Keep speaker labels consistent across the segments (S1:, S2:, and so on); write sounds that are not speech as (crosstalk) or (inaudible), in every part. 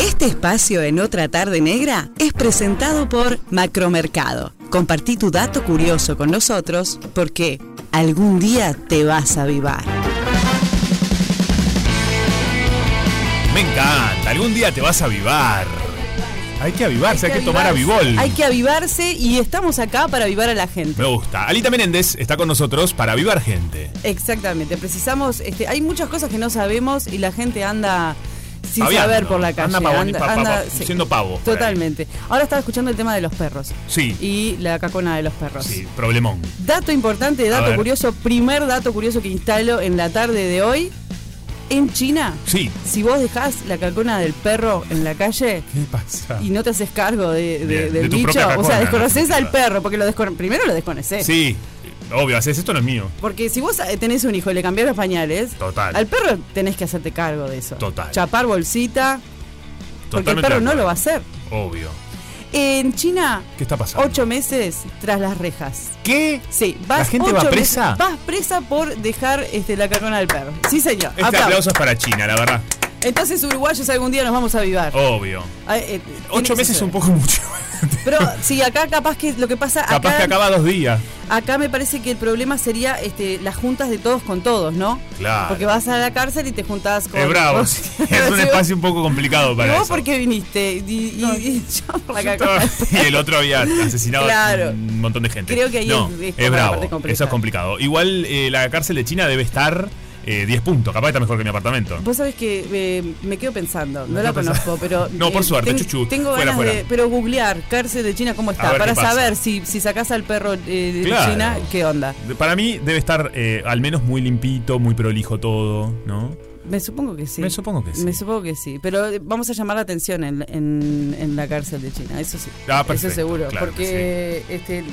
S1: Este espacio en Otra Tarde Negra es presentado por Macromercado. Compartí tu dato curioso con nosotros porque algún día te vas a avivar.
S2: Me encanta, algún día te vas a avivar. Hay que avivarse, hay que, tomar avivol.
S3: Hay que avivarse y estamos acá para avivar a la gente.
S2: Me gusta. Alita Menéndez está con nosotros para avivar gente.
S3: Exactamente, precisamos, este, hay muchas cosas que no sabemos y la gente anda sin
S2: Paviando.
S3: saber por la calle.
S2: Anda pavón y pa- pa- pa-
S3: sí.
S2: siendo pavo por ahí.
S3: Totalmente. Ahora estaba escuchando el tema de los perros
S2: Sí.
S3: y la cacona de los perros.
S2: Sí, problemón.
S3: Dato importante, dato
S2: ver.
S3: curioso, primer dato curioso que instalo en la tarde de hoy. En China,
S2: Sí.
S3: si vos dejás la cacona del perro en la calle,
S2: ¿Qué pasa?
S3: y no te haces cargo de, de-
S2: Bien, de
S3: del
S2: tu
S3: bicho.
S2: propia
S3: o
S2: cacona,
S3: sea, desconoces
S2: ¿no?
S3: al perro, porque lo descono- primero lo desconoces.
S2: Sí, obvio, haces esto no es mío.
S3: Porque si vos eh, tenés un hijo y le cambiás los pañales,
S2: Total.
S3: al perro tenés que hacerte cargo de eso.
S2: Total.
S3: Chapar bolsita, porque el
S2: Totalmente
S3: perro
S2: de
S3: no
S2: acuerdo.
S3: lo va a hacer.
S2: Obvio.
S3: En China,
S2: ¿Qué está pasando?
S3: ocho meses tras las rejas.
S2: ¿Qué?
S3: Sí, vas
S2: ¿La gente
S3: ocho
S2: va
S3: meses-
S2: presa?
S3: vas presa por dejar este, la cacona del perro. Sí, señor.
S2: Este
S3: Aplausos.
S2: aplauso es para China, la verdad.
S3: Entonces, uruguayos algún día nos vamos a avivar.
S2: Obvio.
S3: Ay, eh, tiene
S2: Oh, Ocho
S3: que
S2: meses es
S3: suceder.
S2: un poco mucho. (laughs)
S3: Pero sí, acá capaz que lo que pasa.
S2: Capaz
S3: acá-
S2: que acaba dos días.
S3: Acá me parece que el problema sería este, las juntas de todos con todos, ¿no?
S2: Claro.
S3: Porque vas a la cárcel y te juntás con.
S2: Ah, Es bravo.
S3: con-
S2: (laughs)
S3: (laughs)
S2: es un espacio un poco complicado
S3: ¿Y
S2: para
S3: vos
S2: eso.
S3: por qué viniste? Y, y- y yo por la cacona.
S2: (laughs) y el otro había asesinado
S3: Claro.
S2: a un montón de gente.
S3: Creo que ahí
S2: no,
S3: es- es
S2: es,
S3: como la parte
S2: bravo.
S3: complicada.
S2: Eso es complicado. Igual eh, la cárcel de China debe estar eh, 10 puntos. Capaz que está mejor que mi apartamento.
S3: Vos sabés que eh, me quedo pensando, no
S2: Me
S3: la
S2: quedo pensando.
S3: conozco, pero.
S2: (laughs)
S3: eh,
S2: No, por suerte, Chuchu.
S3: Tengo
S2: Fuera,
S3: ganas
S2: fuera.
S3: de. Pero googlear cárcel de China, ¿cómo
S2: A
S3: está?
S2: ver
S3: para
S2: qué pasa.
S3: saber si, si sacás al perro eh, de
S2: Claro.
S3: China, ¿qué onda?
S2: De- Para mí debe estar eh, al menos muy limpito, muy prolijo todo, ¿no?
S3: Me supongo que sí.
S2: Me supongo que sí.
S3: Me supongo que sí, pero eh, vamos a llamar la atención en, en- en la cárcel de China, eso sí.
S2: Ah, perfecto,
S3: eso seguro,
S2: claro
S3: porque este,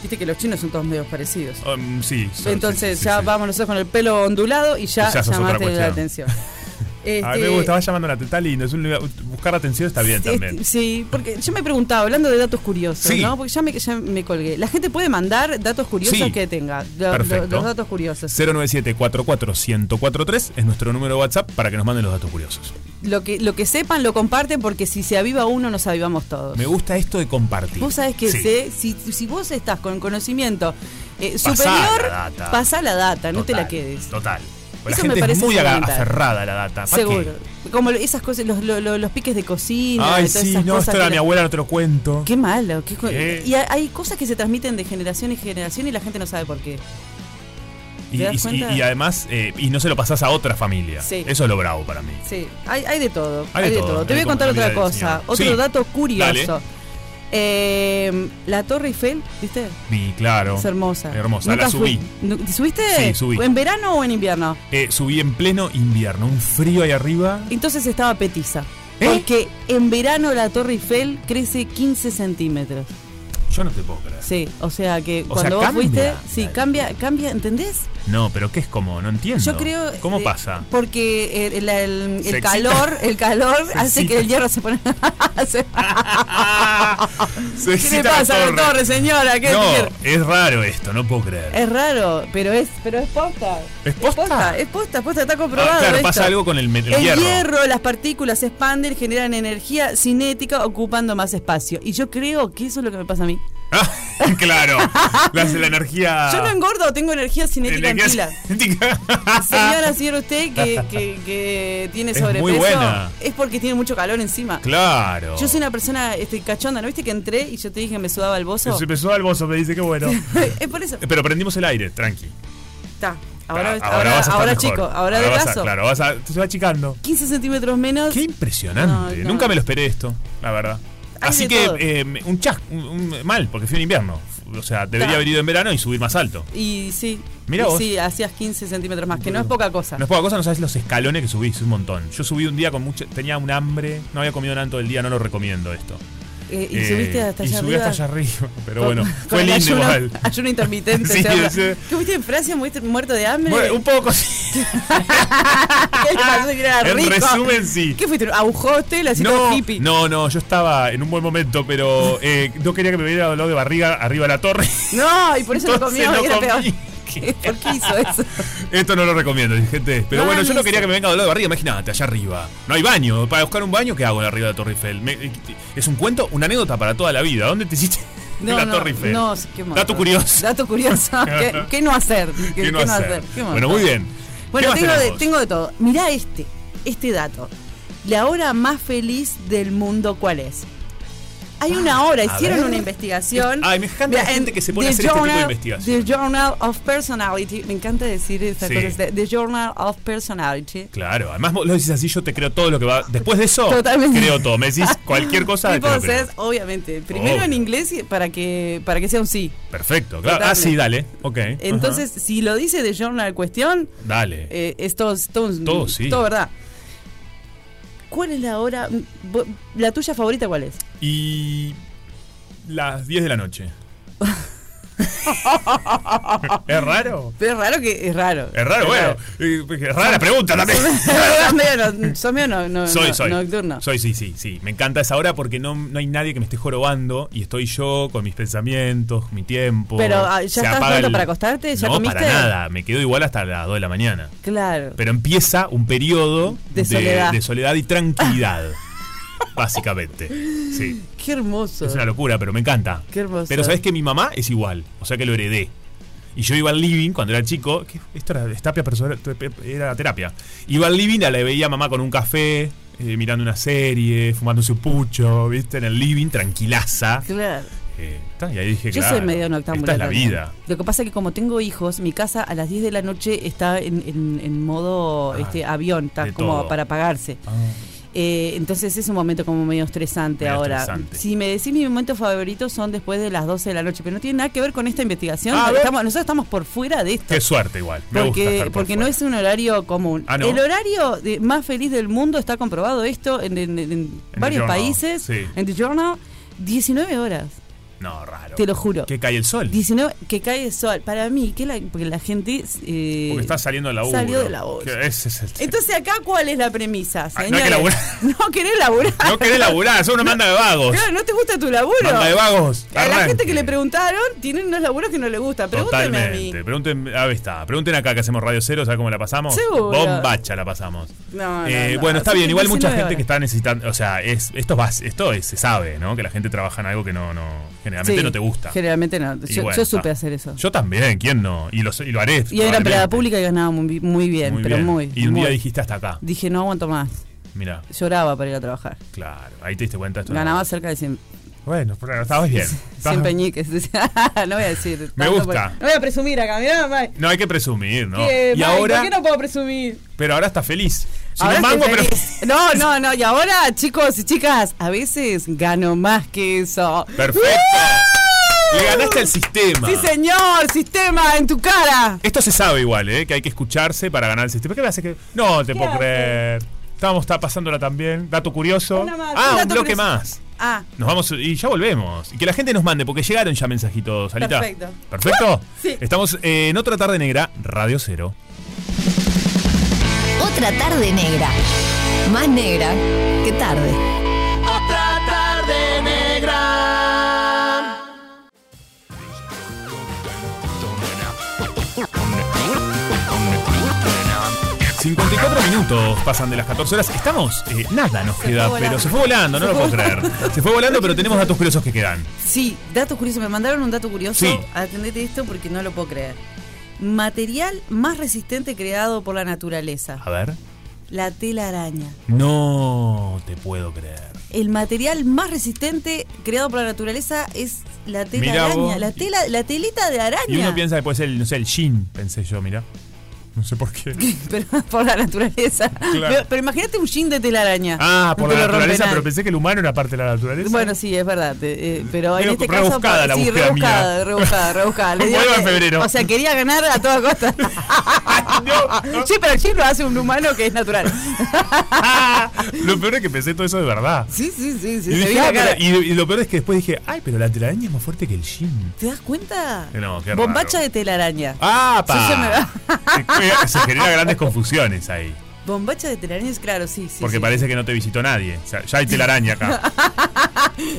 S3: viste que los chinos son todos medios parecidos.
S2: Um, sí. sí,
S3: Entonces
S2: sí, sí,
S3: ya
S2: sí.
S3: vamos nosotros con el pelo ondulado y ya,
S2: Ya sos otra
S3: llamaste la
S2: cuestión. (laughs)
S3: atención.
S2: A mí
S3: Este,
S2: me gusta, vas llamando la atención. Está lindo. Es un lugar- buscar atención está bien
S3: este,
S2: también.
S3: sí, porque yo me preguntaba, hablando de datos curiosos,
S2: Sí.
S3: ¿no? Porque ya me, ya me colgué. La gente puede mandar datos curiosos
S2: Sí.
S3: que tenga, lo-
S2: Perfecto.
S3: lo- los datos curiosos.
S2: 097-44-1043 es nuestro número de WhatsApp para que nos manden los datos curiosos.
S3: Lo que, lo que sepan lo comparten porque si se aviva uno nos avivamos todos.
S2: Me gusta esto de compartir.
S3: Vos sabés que
S2: Sí.
S3: sé, si, si vos estás con conocimiento eh,
S2: Pasá
S3: superior,
S2: la data.
S3: pasá la data, no te la
S2: Total,
S3: quedes.
S2: Total. La
S3: Eso me
S2: gente es
S3: parece
S2: muy aga-
S3: fundamental.
S2: aferrada a la data. ¿Pa' qué?
S3: Seguro. Como lo- esas cosas, los, lo- lo- los piques de cocina,
S2: Ay,
S3: de todas
S2: sí,
S3: esas
S2: no,
S3: cosas.
S2: esto
S3: que
S2: era
S3: la-
S2: mi abuela, no te lo cuento.
S3: Qué malo. qué co-
S2: ¿Qué?
S3: Y hay- hay cosas que se transmiten de generación en generación y la gente no sabe por qué.
S2: Y,
S3: ¿Te das
S2: y- y-
S3: cuenta?
S2: y además, eh, y no se lo pasás a otra familia.
S3: Sí.
S2: Eso es lo bravo para mí.
S3: Sí, hay, hay de todo. Hay,
S2: Hay de
S3: de
S2: todo,
S3: todo.
S2: hay
S3: Te
S2: de
S3: voy a contar
S2: todo en la
S3: otra
S2: vida del
S3: cosa. Otro
S2: señor. Sí.
S3: dato curioso.
S2: Dale.
S3: Eh, la Torre Eiffel, ¿viste?
S2: Y claro.
S3: Es hermosa.
S2: Hermosa,
S3: Nunca
S2: la
S3: fui.
S2: subí.
S3: Nu- ¿Subiste?
S2: Sí, subí.
S3: ¿En verano o en invierno?
S2: Eh, subí en pleno invierno, un frío ahí arriba.
S3: Entonces estaba petiza.
S2: ¿Eh?
S3: Porque en verano la Torre Eiffel crece 15 centímetros.
S2: Yo no te puedo creer.
S3: Sí, o sea que
S2: O sea,
S3: cuando vos
S2: cambia.
S3: fuiste, sí, cambia, cambia, ¿entendés?
S2: No, pero ¿qué es como? No entiendo.
S3: Yo creo.
S2: ¿Cómo
S3: eh, (laughs)
S2: pasa?
S3: Porque el, el- el- el
S2: Se excita.
S3: calor, el calor
S2: Se
S3: hace
S2: excita.
S3: que el hierro se pone. (laughs) se-
S2: Se
S3: ¿Qué le
S2: excita
S3: pasa a la torre, señora? ¿Qué
S2: No,
S3: qué-
S2: es raro esto, no puedo creer.
S3: Es raro, pero es, pero es posta.
S2: ¿Es posta?
S3: Es posta, es posta, está comprobado.
S2: Ah, claro,
S3: esto.
S2: pasa algo con el, me- el
S3: El
S2: hierro.
S3: hierro. las partículas se expanden, generan energía cinética ocupando más espacio. Y yo creo que eso es lo que me pasa a mí.
S2: Ah, (laughs) claro. la, la energía.
S3: (laughs) Yo no engordo, tengo energía cinética en
S2: Ah. energía
S3: pila.
S2: (laughs) cinética.
S3: (laughs) Señora, señor, usted que, que- que tiene
S2: Es
S3: sobrepeso
S2: muy buena.
S3: es porque tiene mucho calor encima.
S2: Claro.
S3: Yo soy una persona este, cachonda, ¿no viste que entré y yo te dije que me sudaba el bozo?
S2: Se empezó al bozo, me dice que bueno.
S3: (laughs)
S2: Eh,
S3: es por eso.
S2: Pero prendimos el aire, tranqui.
S3: Está. Ahora,
S2: Ah,
S3: ahora, ahora,
S2: vas a estar mejor.
S3: chico, ahora, de
S2: vas a-
S3: brazo.
S2: Claro, vas a, te va achicando.
S3: 15 centímetros menos.
S2: Qué impresionante.
S3: No, no.
S2: Nunca me lo esperé esto, la verdad.
S3: Hay
S2: Así
S3: de
S2: que,
S3: todo.
S2: eh, me- un chas, un- un- mal, porque fui en invierno. O sea, debería
S3: Ta.
S2: haber ido en verano y subir más alto.
S3: Y sí.
S2: Mirá
S3: y
S2: vos.
S3: Sí, hacías 15 centímetros más, que no es poca cosa.
S2: No es poca cosa, no sabes los escalones que subís, un montón. Yo subí un día con mucha. Tenía un hambre, no había comido nada en todo el día, no lo recomiendo esto.
S3: Eh, y
S2: Eh,
S3: subiste hasta
S2: y
S3: allá
S2: subí
S3: arriba.
S2: hasta allá arriba, pero
S3: con-
S2: bueno,
S3: con
S2: fue
S3: el
S2: lindo
S3: ayuno,
S2: igual.
S3: (laughs) Ayuno intermitente.
S2: Sí,
S3: se habla.
S2: sí.
S3: ¿Qué fuiste en Francia muerto, muerto de hambre?
S2: Bueno, un poco sí.
S3: (laughs) ¿Qué le pasó? Que era
S2: En
S3: rico.
S2: resumen, sí.
S3: ¿Qué fuiste? ¿A un hostel? ¿Así todo
S2: No,
S3: hippie?
S2: no, no, yo estaba en un buen
S3: (laughs)
S2: momento, pero eh, no quería que me diera dolor de barriga arriba de la torre.
S3: No, y por eso no
S2: Entonces
S3: comió.
S2: no
S3: y era peor. (laughs)
S2: comí.
S3: qué? ¿Por qué hizo eso?
S2: (laughs) Esto no lo recomiendo, gente. Pero
S3: No
S2: bueno,
S3: hagan
S2: yo no
S3: eso.
S2: quería que me venga dolor de barriga. Imagínate, allá arriba. No hay baño. Para buscar un baño, ¿qué hago arriba de la Torre Eiffel? Me- eh, es un cuento, una anécdota para toda la vida. ¿Dónde te hiciste (laughs)
S3: No,
S2: la
S3: no,
S2: Torre Eiffel?
S3: no, qué morro.
S2: Dato curioso.
S3: Dato
S2: (laughs)
S3: curioso. ¿Qué, (laughs) qué no hacer?
S2: ¿Qué, no hacer?
S3: Qué morro.
S2: bueno, muy bien.
S3: Bueno,
S2: ¿Qué más
S3: tengo de,
S2: tenemos?
S3: tengo de todo. Mirá este, este dato. La hora más feliz del mundo, ¿cuál es? Hay una hora, hicieron
S2: Ah, ver.
S3: una investigación.
S2: Ay, me encanta la
S3: en
S2: gente que se pone a
S3: The
S2: hacer este tipo de
S3: Journal-
S2: investigación.
S3: The Journal of Personality. Me encanta decir estas
S2: Sí.
S3: cosas. The- The Journal of Personality.
S2: Claro, además vos lo dices así, yo te creo todo lo que va. Después de eso,
S3: Totalmente.
S2: creo todo. Me decís
S3: (laughs)
S2: cualquier cosa. te lo creo.
S3: Entonces, obviamente, primero
S2: Obvio.
S3: en inglés y- para que para que sea un sí.
S2: Perfecto, claro. Ah,
S3: Totalmente.
S2: sí, dale. Ok.
S3: Entonces, si lo dice The Journal en cuestión,
S2: Ajá. Dale.
S3: eh, es todo, es todo un-
S2: Todo sí.
S3: todo verdad. ¿Cuál es la hora? vo- ¿La tuya favorita cuál es?
S2: Y las 10 de
S3: (laughs)
S2: la noche. ¿Es raro?
S3: Pero es raro que es raro. (laughs)
S2: Es raro, bueno. eh, Es rara la pregunta también.
S3: sos medio, no- sos medio no, no-
S2: Soy,
S3: no-
S2: soy.
S3: nocturno.
S2: Soy, sí, sí, sí. Me encanta esa hora porque no, no hay nadie que me esté jorobando y estoy yo con mis pensamientos, mi tiempo.
S3: Pero, ah, ¿ya
S2: Se
S3: estás
S2: apaga
S3: pronto para acostarte? ¿Ya
S2: no,
S3: comiste?
S2: para nada. Me quedo igual hasta las 2 de la mañana.
S3: Claro.
S2: Pero empieza un periodo
S3: De soledad.
S2: de soledad y tranquilidad. (laughs) básicamente. Sí.
S3: Qué hermoso.
S2: Es una locura, pero me encanta.
S3: Qué hermoso.
S2: Pero sabes que mi mamá es igual, o sea que lo heredé. Y yo iba al living cuando era chico, que esto era terapia personal, era terapia. Iba al living, a la veía a mamá con un café, eh, mirando una serie, fumando su pucho, ¿viste? En el living, tranquilaza.
S3: Claro.
S2: Eh, está, y ahí dije,
S3: Yo
S2: claro,
S3: soy medio noctámbula.
S2: Esta es la
S3: también.
S2: vida.
S3: Lo que pasa es que como tengo hijos, mi casa a las 10 de la noche está en, en- en modo
S2: Ah,
S3: este avión, está
S2: de
S3: como
S2: todo.
S3: para apagarse. Eh, entonces es un momento como medio estresante
S2: Medio
S3: ahora.
S2: estresante.
S3: Si me decís mis momentos favoritos son después de las 12 de la noche, pero no tiene nada que ver con esta investigación.
S2: A ver.
S3: Estamos- nosotros estamos por fuera de esto.
S2: Qué suerte igual. Me gusta
S3: Porque,
S2: estar por
S3: porque no
S2: fuera.
S3: es un horario común.
S2: Ah, ¿no?
S3: El horario de- más feliz del mundo está comprobado esto en, en- en
S2: The
S3: varios
S2: Journal,
S3: países.
S2: sí.
S3: En The Journal, 19 horas,
S2: No, raro.
S3: te lo juro.
S2: Que cae el sol.
S3: 19, que cae el sol. Para mí, que la, porque la gente. eh,
S2: Porque está saliendo de la U.
S3: salió de la U.
S2: Ese es el
S3: Entonces, acá, ¿cuál es la premisa?
S2: Ah, no hay
S3: señores?
S2: que laburar.
S3: (laughs) No querés laburar.
S2: No querés
S3: (laughs)
S2: laburar, son una manda de vagos.
S3: Claro, no te gusta tu laburo.
S2: Manda de vagos.
S3: A la gente
S2: Arranque.
S3: que le preguntaron, tienen unos laburos que no le gusta. Pregúntame a mí.
S2: Totalmente. Pregunten, ahí está. Pregunten acá que hacemos Radio Cero, ¿sabes cómo la pasamos?
S3: Seguro.
S2: Bombacha la pasamos.
S3: No, no,
S2: Eh,
S3: no.
S2: bueno, está
S3: Son
S2: bien. Igual mucha
S3: 19
S2: gente que
S3: horas.
S2: está necesitando. O sea, es, esto, es bas- esto es- se sabe, ¿no? Que la gente trabaja en algo que no, no generalmente
S3: Sí,
S2: no te gusta.
S3: Generalmente no.
S2: Y
S3: Yo,
S2: bueno,
S3: yo
S2: está.
S3: supe hacer eso.
S2: Yo también, ¿quién no? Y lo, sé- y lo haré.
S3: y era empleada
S2: probablemente.
S3: pública y ganaba muy, muy bien,
S2: Muy
S3: pero
S2: bien.
S3: muy.
S2: Y un día
S3: muy.
S2: dijiste hasta acá.
S3: Dije, no aguanto más.
S2: Mira,
S3: Lloraba para ir a trabajar.
S2: claro. Ahí te diste cuenta. Esto no-
S3: Ganaba cerca de 100,
S2: Bueno, pero estabas
S3: (laughs)
S2: bien.
S3: 100
S2: Estabas-
S3: peñiques. (laughs) no voy a decir.
S2: Me
S3: tanto,
S2: gusta.
S3: porque- No voy a presumir acá. Mirá, Mike.
S2: No hay que presumir, ¿no?
S3: ¿Qué,
S2: y
S3: Mike?
S2: ahora,
S3: ¿Por qué no puedo presumir?
S2: pero ahora está feliz. Sin
S3: Ahora
S2: un
S3: estoy
S2: mango, pero
S3: feliz. No, no, no. Y ahora, chicos y chicas, a veces gano más que eso.
S2: Perfecto. Le ganaste al sistema.
S3: ¡Sí, señor! ¡Sistema en tu cara!
S2: Esto se sabe igual, ¿eh? Que hay que escucharse para ganar el sistema. ¿Qué me hace que.? No te puedo
S3: hace?
S2: creer. Estábamos está pasándola también. Dato curioso.
S3: Una más,
S2: Ah,
S3: un
S2: un,
S3: dato
S2: bloque
S3: curioso.
S2: más.
S3: Ah,
S2: Nos vamos y ya volvemos. Y que la gente nos mande, porque llegaron ya mensajitos, Alita.
S3: Perfecto.
S2: ¿Perfecto?
S3: Sí.
S2: Estamos eh, en otra tarde negra, Radio Cero.
S4: Otra tarde negra. Más negra que tarde.
S5: Bueno,
S2: 54 minutos pasan de las 14 horas. Estamos, eh, nada nos queda,
S3: fue
S2: pero
S3: volando.
S2: se fue volando, no lo puedo creer. Se fue volando,
S3: (laughs)
S2: pero tenemos datos curiosos que quedan.
S3: sí, datos curiosos. Me mandaron un dato curioso.
S2: Sí.
S3: Atendete esto porque no lo puedo creer. Material más resistente creado por la naturaleza.
S2: A ver.
S3: La telaraña.
S2: No te puedo creer.
S3: El material más resistente creado por la naturaleza es la
S2: Mirá vos.
S3: telaraña. La, tela, la telita de araña.
S2: Y uno piensa que puede ser, el, no sé, el jean, pensé yo, mira. No sé por qué.
S3: (laughs) (laughs) Pero por la naturaleza. Pero, pero imagínate un jean de telaraña.
S2: Ah, por
S3: No te lo
S2: la
S3: rompe
S2: naturaleza,
S3: nadie.
S2: pero pensé que el humano era parte de la naturaleza. (laughs)
S3: Bueno, sí, es verdad. te- eh, pero en
S2: Medio
S3: este
S2: rebuscada
S3: caso.
S2: la
S3: sí,
S2: búsqueda
S3: rebuscada,
S2: mía.
S3: rebuscada, rebuscada. Le dio-
S2: Vuelvo en febrero.
S3: O sea, quería ganar a toda costa.
S2: (laughs)
S3: (laughs)
S2: No.
S3: Sí, pero el chip lo hace un humano que es
S2: (laughs)
S3: natural.
S2: Ah, lo peor es que pensé todo eso de verdad.
S3: Sí, sí, sí, sí.
S2: y,
S3: se
S2: dije,
S3: veía
S2: ah,
S3: cara.
S2: pero- y- y lo peor es que después dije, ay, pero la telaraña es más fuerte que el jean.
S3: ¿Te das cuenta?
S2: Eh, No, qué
S3: Bombacha
S2: raro.
S3: de telaraña.
S2: ¡Ah, pa!
S3: Sí, se me va.
S2: Se- Se generan grandes confusiones ahí.
S3: Bombacha de telaraña es claro, sí, sí.
S2: Porque
S3: sí.
S2: parece que no te visitó nadie. O sea, ya hay telaraña acá.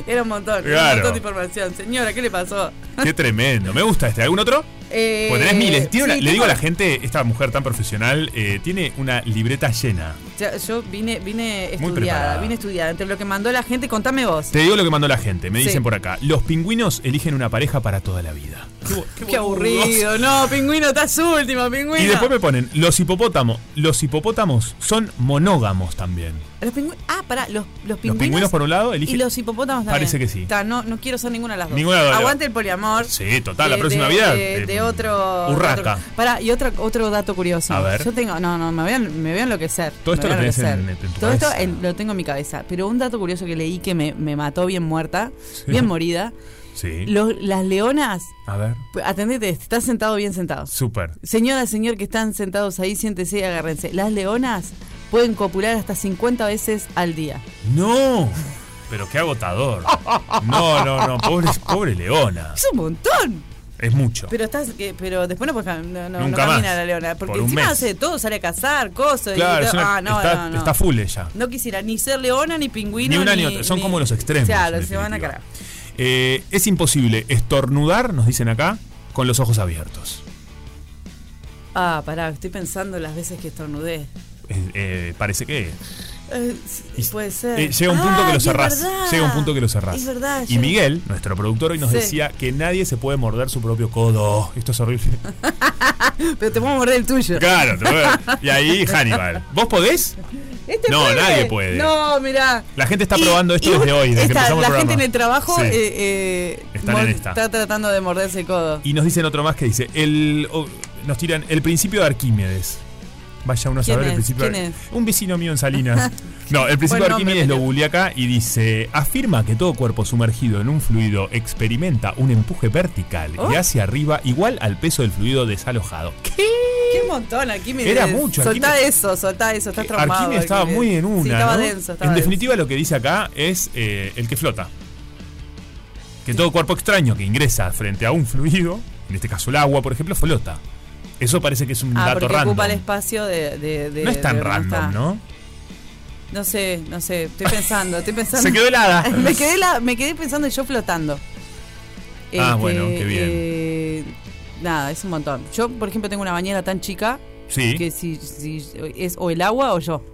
S3: Era un montón, era
S2: Claro.
S3: un montón de información. Señora, ¿qué le pasó?
S2: Qué tremendo. Me gusta este. ¿Algún otro?
S3: Eh,
S2: Porque tenés miles. Tiene una-
S3: sí,
S2: le digo a la
S3: tengo-
S2: gente, esta mujer tan profesional, eh, tiene una libreta llena.
S3: Ya, Yo vine, vine
S2: Muy
S3: estudiada,
S2: preparada.
S3: vine estudiada. Entre lo que mandó la gente, contame vos.
S2: Te digo lo que mandó la gente. Me
S3: Sí.
S2: dicen por acá. Los pingüinos eligen una pareja para toda la vida. Qué, bo- qué
S3: Qué
S2: boludos.
S3: aburrido. No, pingüino, estás último, pingüino.
S2: Y después me ponen, los hipopótamos, los hipopótamos son monógamos también.
S3: Los pingüi- Ah, pará, los, los
S2: Los
S3: pingüinos.
S2: pingüinos por un lado
S3: y
S2: eligen.
S3: los hipopótamos también.
S2: Parece que sí.
S3: Está, no, no quiero ser ninguna de las dos.
S2: Ninguna de las dos.
S3: Aguante el poliamor.
S2: Sí, total, la
S3: De-
S2: próxima
S3: de-
S2: vida.
S3: De,
S2: eh,
S3: de otro.
S2: Urraca.
S3: otro- Pará, y otro, otro dato curioso.
S2: A ver.
S3: Yo tengo. No, no, me voy a, me voy a enloquecer.
S2: Todo esto
S3: me voy a
S2: lo tenés en-
S3: enloquecer.
S2: en tu
S3: Todo
S2: cabeza.
S3: esto en- lo tengo en mi cabeza. Pero un dato curioso que leí que me, me mató bien muerta, bien morida.
S2: (laughs) Sí.
S3: Los- las leonas.
S2: A ver.
S3: Atendete, estás sentado bien sentado.
S2: Súper.
S3: Señora, señor que están sentados ahí, siéntese y agárrense. Las leonas pueden copular hasta 50 veces al día.
S2: ¡No! Pero qué agotador. No, no, no. Pobre, pobre Leona.
S3: Es un montón.
S2: Es mucho.
S3: Pero estás, que- pero después no, puedes cam- no, no- no
S2: Nunca
S3: camina
S2: más.
S3: la leona. Porque
S2: Por un
S3: encima
S2: mes.
S3: hace de todo, sale a cazar, cosas. y
S2: Claro,
S3: todo.
S2: es una-
S3: ah, no,
S2: está,
S3: no, no.
S2: está full ella.
S3: No quisiera ni ser leona, ni pingüino.
S2: Ni una ni otra, son como los extremos,
S3: Claro,
S2: en
S3: se van a
S2: definitiva.
S3: cagar.
S2: Eh, es imposible estornudar, nos dicen acá, con los ojos abiertos.
S3: Ah, pará, estoy pensando las veces que estornudé.
S2: Eh, eh, parece que.
S3: Eh, s-
S2: Y-
S3: puede ser.
S2: eh, llega un punto que
S3: Ay,
S2: lo
S3: es
S2: cerrás.
S3: verdad.
S2: Llega un punto que lo cerrás.
S3: Es verdad.
S2: Y
S3: yo-
S2: Miguel, nuestro productor, hoy nos
S3: Sí.
S2: decía que nadie se puede morder su propio codo. Esto es horrible.
S3: (laughs) Pero te puedo morder el tuyo.
S2: claro, te veo. Y ahí, Hannibal. ¿Vos podés?
S3: Este
S2: No, nadie puede.
S3: No, mirá.
S2: La gente está
S3: Y-
S2: probando esto
S3: y
S2: desde
S3: un-
S2: hoy, desde que
S3: esta-
S2: empezamos
S3: la
S2: el
S3: gente en
S2: programa.
S3: el trabajo
S2: Sí.
S3: eh, eh,
S2: Están en
S3: mor-
S2: esta.
S3: está tratando de morderse el codo.
S2: Y nos dicen otro más que dice, el oh, nos tiran el principio de Arquímedes. Vaya uno a
S3: ¿Quién
S2: saber el
S3: es?
S2: principio de
S3: ¿Quién
S2: Arquímedes. Un vecino mío
S3: (laughs)
S2: en Salinas. no, el principio
S3: Buen
S2: de
S3: nombre,
S2: Arquímedes lo
S3: pero-
S2: googleé acá y dice, afirma que todo cuerpo sumergido en un fluido experimenta un empuje vertical y
S3: Oh.
S2: hacia arriba igual al peso del fluido desalojado. ¿Qué?
S3: Qué montón, Arquímedes.
S2: Era mucho,
S3: Soltá
S2: Arquímedes.
S3: eso, soltá eso, estás traumado.
S2: Arquímedes Eh, estaba
S3: Arquímedes.
S2: muy en una.
S3: Sí, estaba
S2: ¿no?
S3: denso, estaba denso.
S2: en definitiva lo que dice acá es eh, el que flota. Que todo cuerpo extraño que ingresa frente a un fluido, en este caso el agua, por ejemplo, flota. Eso parece que es un
S3: Ah,
S2: dato
S3: porque
S2: random.
S3: ocupa el espacio de. de- de-
S2: no es tan
S3: de-
S2: random,
S3: está.
S2: ¿no?
S3: No sé, no sé, estoy pensando, estoy pensando. (laughs)
S2: Se quedó helada.
S3: me, quedé la- me quedé pensando yo flotando. Este,
S2: Ah, bueno, qué bien.
S3: eh, nada, es un montón. Yo, por ejemplo, tengo una bañera tan chica
S2: Sí.
S3: que si, si es o el agua o yo.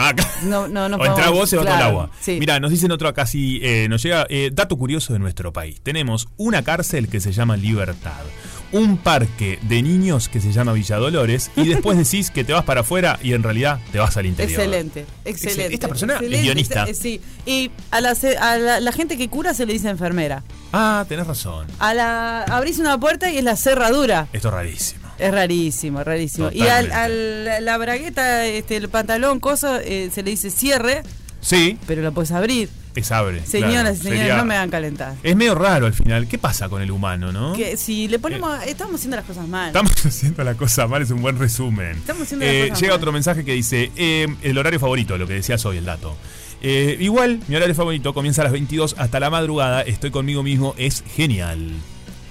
S2: Ah, acá.
S3: No, no, no
S2: o entra
S3: podemos-
S2: vos, se va todo el
S3: claro,
S2: agua.
S3: sí.
S2: Mira, nos dicen otro acá, sí, eh, nos llega eh, dato curioso de nuestro país. Tenemos una cárcel que se llama Libertad, un parque de niños que se llama Villa Dolores y después
S3: (laughs)
S2: decís que te vas para afuera y en realidad te vas al interior.
S3: Excelente, excelente.
S2: Esta persona es
S3: excelente,
S2: guionista.
S3: eh, Sí, y a, la, se- a la, la gente que cura se le dice enfermera.
S2: Ah, tenés razón.
S3: A la abrís una puerta y es la cerradura.
S2: Esto es rarísimo.
S3: Es rarísimo, rarísimo. Y al- al,
S2: Totalmente.
S3: la bragueta, este, el pantalón, cosa, eh, se le dice cierre,
S2: Sí,
S3: pero lo puedes abrir.
S2: es abre. claro,
S3: Señoras y señores,
S2: sería-
S3: no me hagan calentar.
S2: Es medio raro al final. ¿Qué pasa con el humano, no?
S3: Que si le ponemos, estamos haciendo las cosas mal.
S2: Estamos (laughs) haciendo la cosa mal, es un buen resumen.
S3: Estamos haciendo la
S2: Eh,
S3: cosa
S2: Llega
S3: mal.
S2: otro mensaje que dice, eh, el horario favorito, lo que decías hoy, el dato. Eh, igual, mi horario favorito comienza a las 22 hasta la madrugada, estoy conmigo mismo, es genial.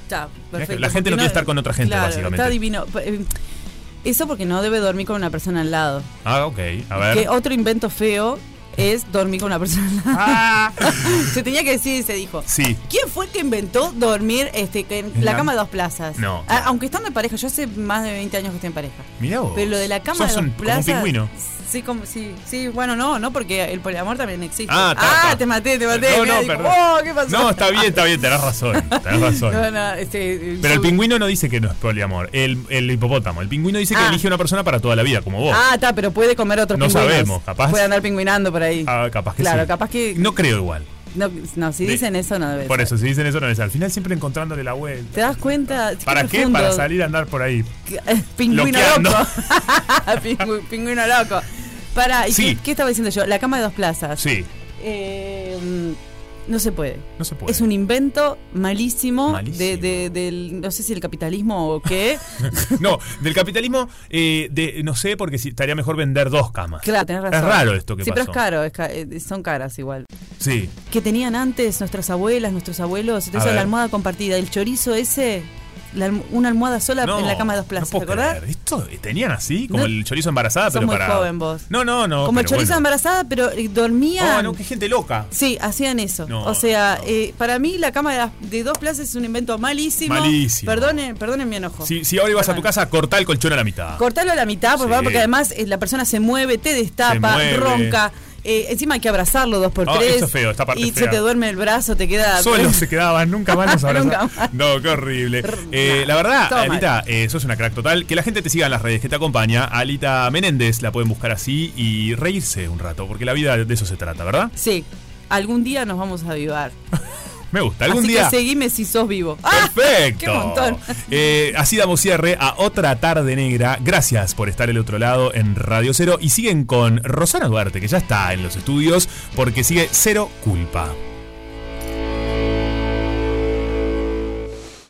S3: Está, perfecto.
S2: La gente no
S3: Porque
S2: quiere estar con otra gente,
S3: claro,
S2: básicamente.
S3: Está divino. Eh, Eso porque no debe dormir con una persona al lado.
S2: Ah, ok, a ver.
S3: Que otro invento feo es dormir con una persona al
S2: (laughs)
S3: lado. (laughs)
S2: Ah,
S3: Se tenía que decir y se dijo.
S2: sí,
S3: ¿Quién fue el que inventó dormir este, que en
S2: En
S3: la
S2: la-
S3: cama de dos plazas?
S2: No.
S3: A- aunque estando en pareja, yo hace más de 20 años que estoy en pareja.
S2: mirá vos.
S3: Pero lo de la cama
S2: Sos
S3: de dos
S2: un, como un
S3: plazas. (laughs)
S2: pingüino.
S3: Sí, como, sí, sí, bueno, no, no, porque el poliamor también existe.
S2: Ah, ta, ta.
S3: te maté, te maté.
S2: No,
S3: Mirá,
S2: no,
S3: digo,
S2: perdón.
S3: "Oh, ¿qué pasó?". (laughs)
S2: No, está bien, está bien, tenés razón, tenés razón.
S3: No, no, este, eh,
S2: Pero el
S3: yo-
S2: pingüino no dice que no es poliamor, el, el hipopótamo. El pingüino dice que
S3: Ah.
S2: elige una persona para toda la vida, como vos.
S3: Ah, está, pero puede comer otros
S2: No
S3: pingüinos.
S2: sabemos, capaz.
S3: Puede andar pingüinando por ahí.
S2: Ah, capaz que
S3: claro,
S2: sí.
S3: capaz que-
S2: No creo igual.
S3: No, no, si
S2: De-
S3: dicen eso no debe
S2: Por
S3: ser.
S2: eso, si dicen eso, no es. Al final siempre encontrándole la vuelta.
S3: ¿Te das cuenta?
S2: ¿Para qué?
S3: profundo.
S2: Para salir a andar por ahí.
S3: eh, Pingüino
S2: Loqueando.
S3: loco. (laughs) Pingü- pingüino loco. Para, ¿y
S2: Sí.
S3: qué, qué estaba diciendo yo? La cama de dos plazas.
S2: Sí,
S3: Eh, mm, no se puede.
S2: no se puede.
S3: Es un invento malísimo,
S2: Malísimo.
S3: De, de- del, no sé si el capitalismo o
S2: (laughs)
S3: qué.
S2: (laughs) No, del capitalismo, eh, de, no sé, porque si- estaría mejor vender dos camas.
S3: claro, tenés razón.
S2: Es raro esto que
S3: Sí, pero
S2: pasó.
S3: es caro, es ca- eh, son caras igual.
S2: Sí,
S3: Que tenían antes nuestras abuelas, nuestros abuelos,
S2: A
S3: entonces
S2: ver.
S3: la almohada compartida, el chorizo ese la alm- una almohada sola
S2: No,
S3: en la cama de dos plazas,
S2: no
S3: ¿te
S2: puedo
S3: acordás?
S2: creer. Esto eh, tenían así, como
S3: No.
S2: el chorizo embarazada,
S3: Sos
S2: pero
S3: muy
S2: para.
S3: joven vos.
S2: No, no, no.
S3: Como el
S2: pero
S3: chorizo
S2: bueno.
S3: embarazada, pero eh, dormía.
S2: Oh, no, qué gente loca.
S3: Sí, hacían eso.
S2: No,
S3: o sea,
S2: no.
S3: eh, para mí la cama de, las- de dos plazas es un invento malísimo.
S2: Malísimo.
S3: Perdonen, perdonen mi enojo.
S2: Si, si ahora ibas a tu
S3: Perdón.
S2: casa, cortá el colchón a la mitad.
S3: Cortalo a la mitad, por
S2: Sí.
S3: favor, porque además eh, la persona se mueve, te destapa,
S2: Se mueve.
S3: ronca. Eh, encima hay que abrazarlo dos por
S2: Ah,
S3: tres.
S2: eso es feo, esta parte
S3: Y
S2: es fea.
S3: se te duerme el brazo, te queda. (laughs)
S2: Solo se quedaban, nunca más nos abrazaban.
S3: Nunca más.
S2: No, qué horrible.
S3: Rrr,
S2: Eh,
S3: nah,
S2: la verdad,
S3: todo mal.
S2: Alita, eh, sos una crack total. Que la gente te siga en las redes, que te acompaña. Alita Menéndez, la pueden buscar así y reírse un rato, porque la vida de eso se trata, ¿verdad?
S3: Sí. Algún día nos vamos a avivar.
S2: Me gusta. Algún
S3: Así (laughs)
S2: día.
S3: que seguime si sos vivo. ¡Ah!
S2: Perfecto.
S3: ¡Qué montón!
S2: Eh, así damos cierre a otra tarde negra. Gracias por estar el otro lado en Radio Cero. Y siguen con Rosana Duarte, que ya está en los estudios, porque sigue Cero Culpa.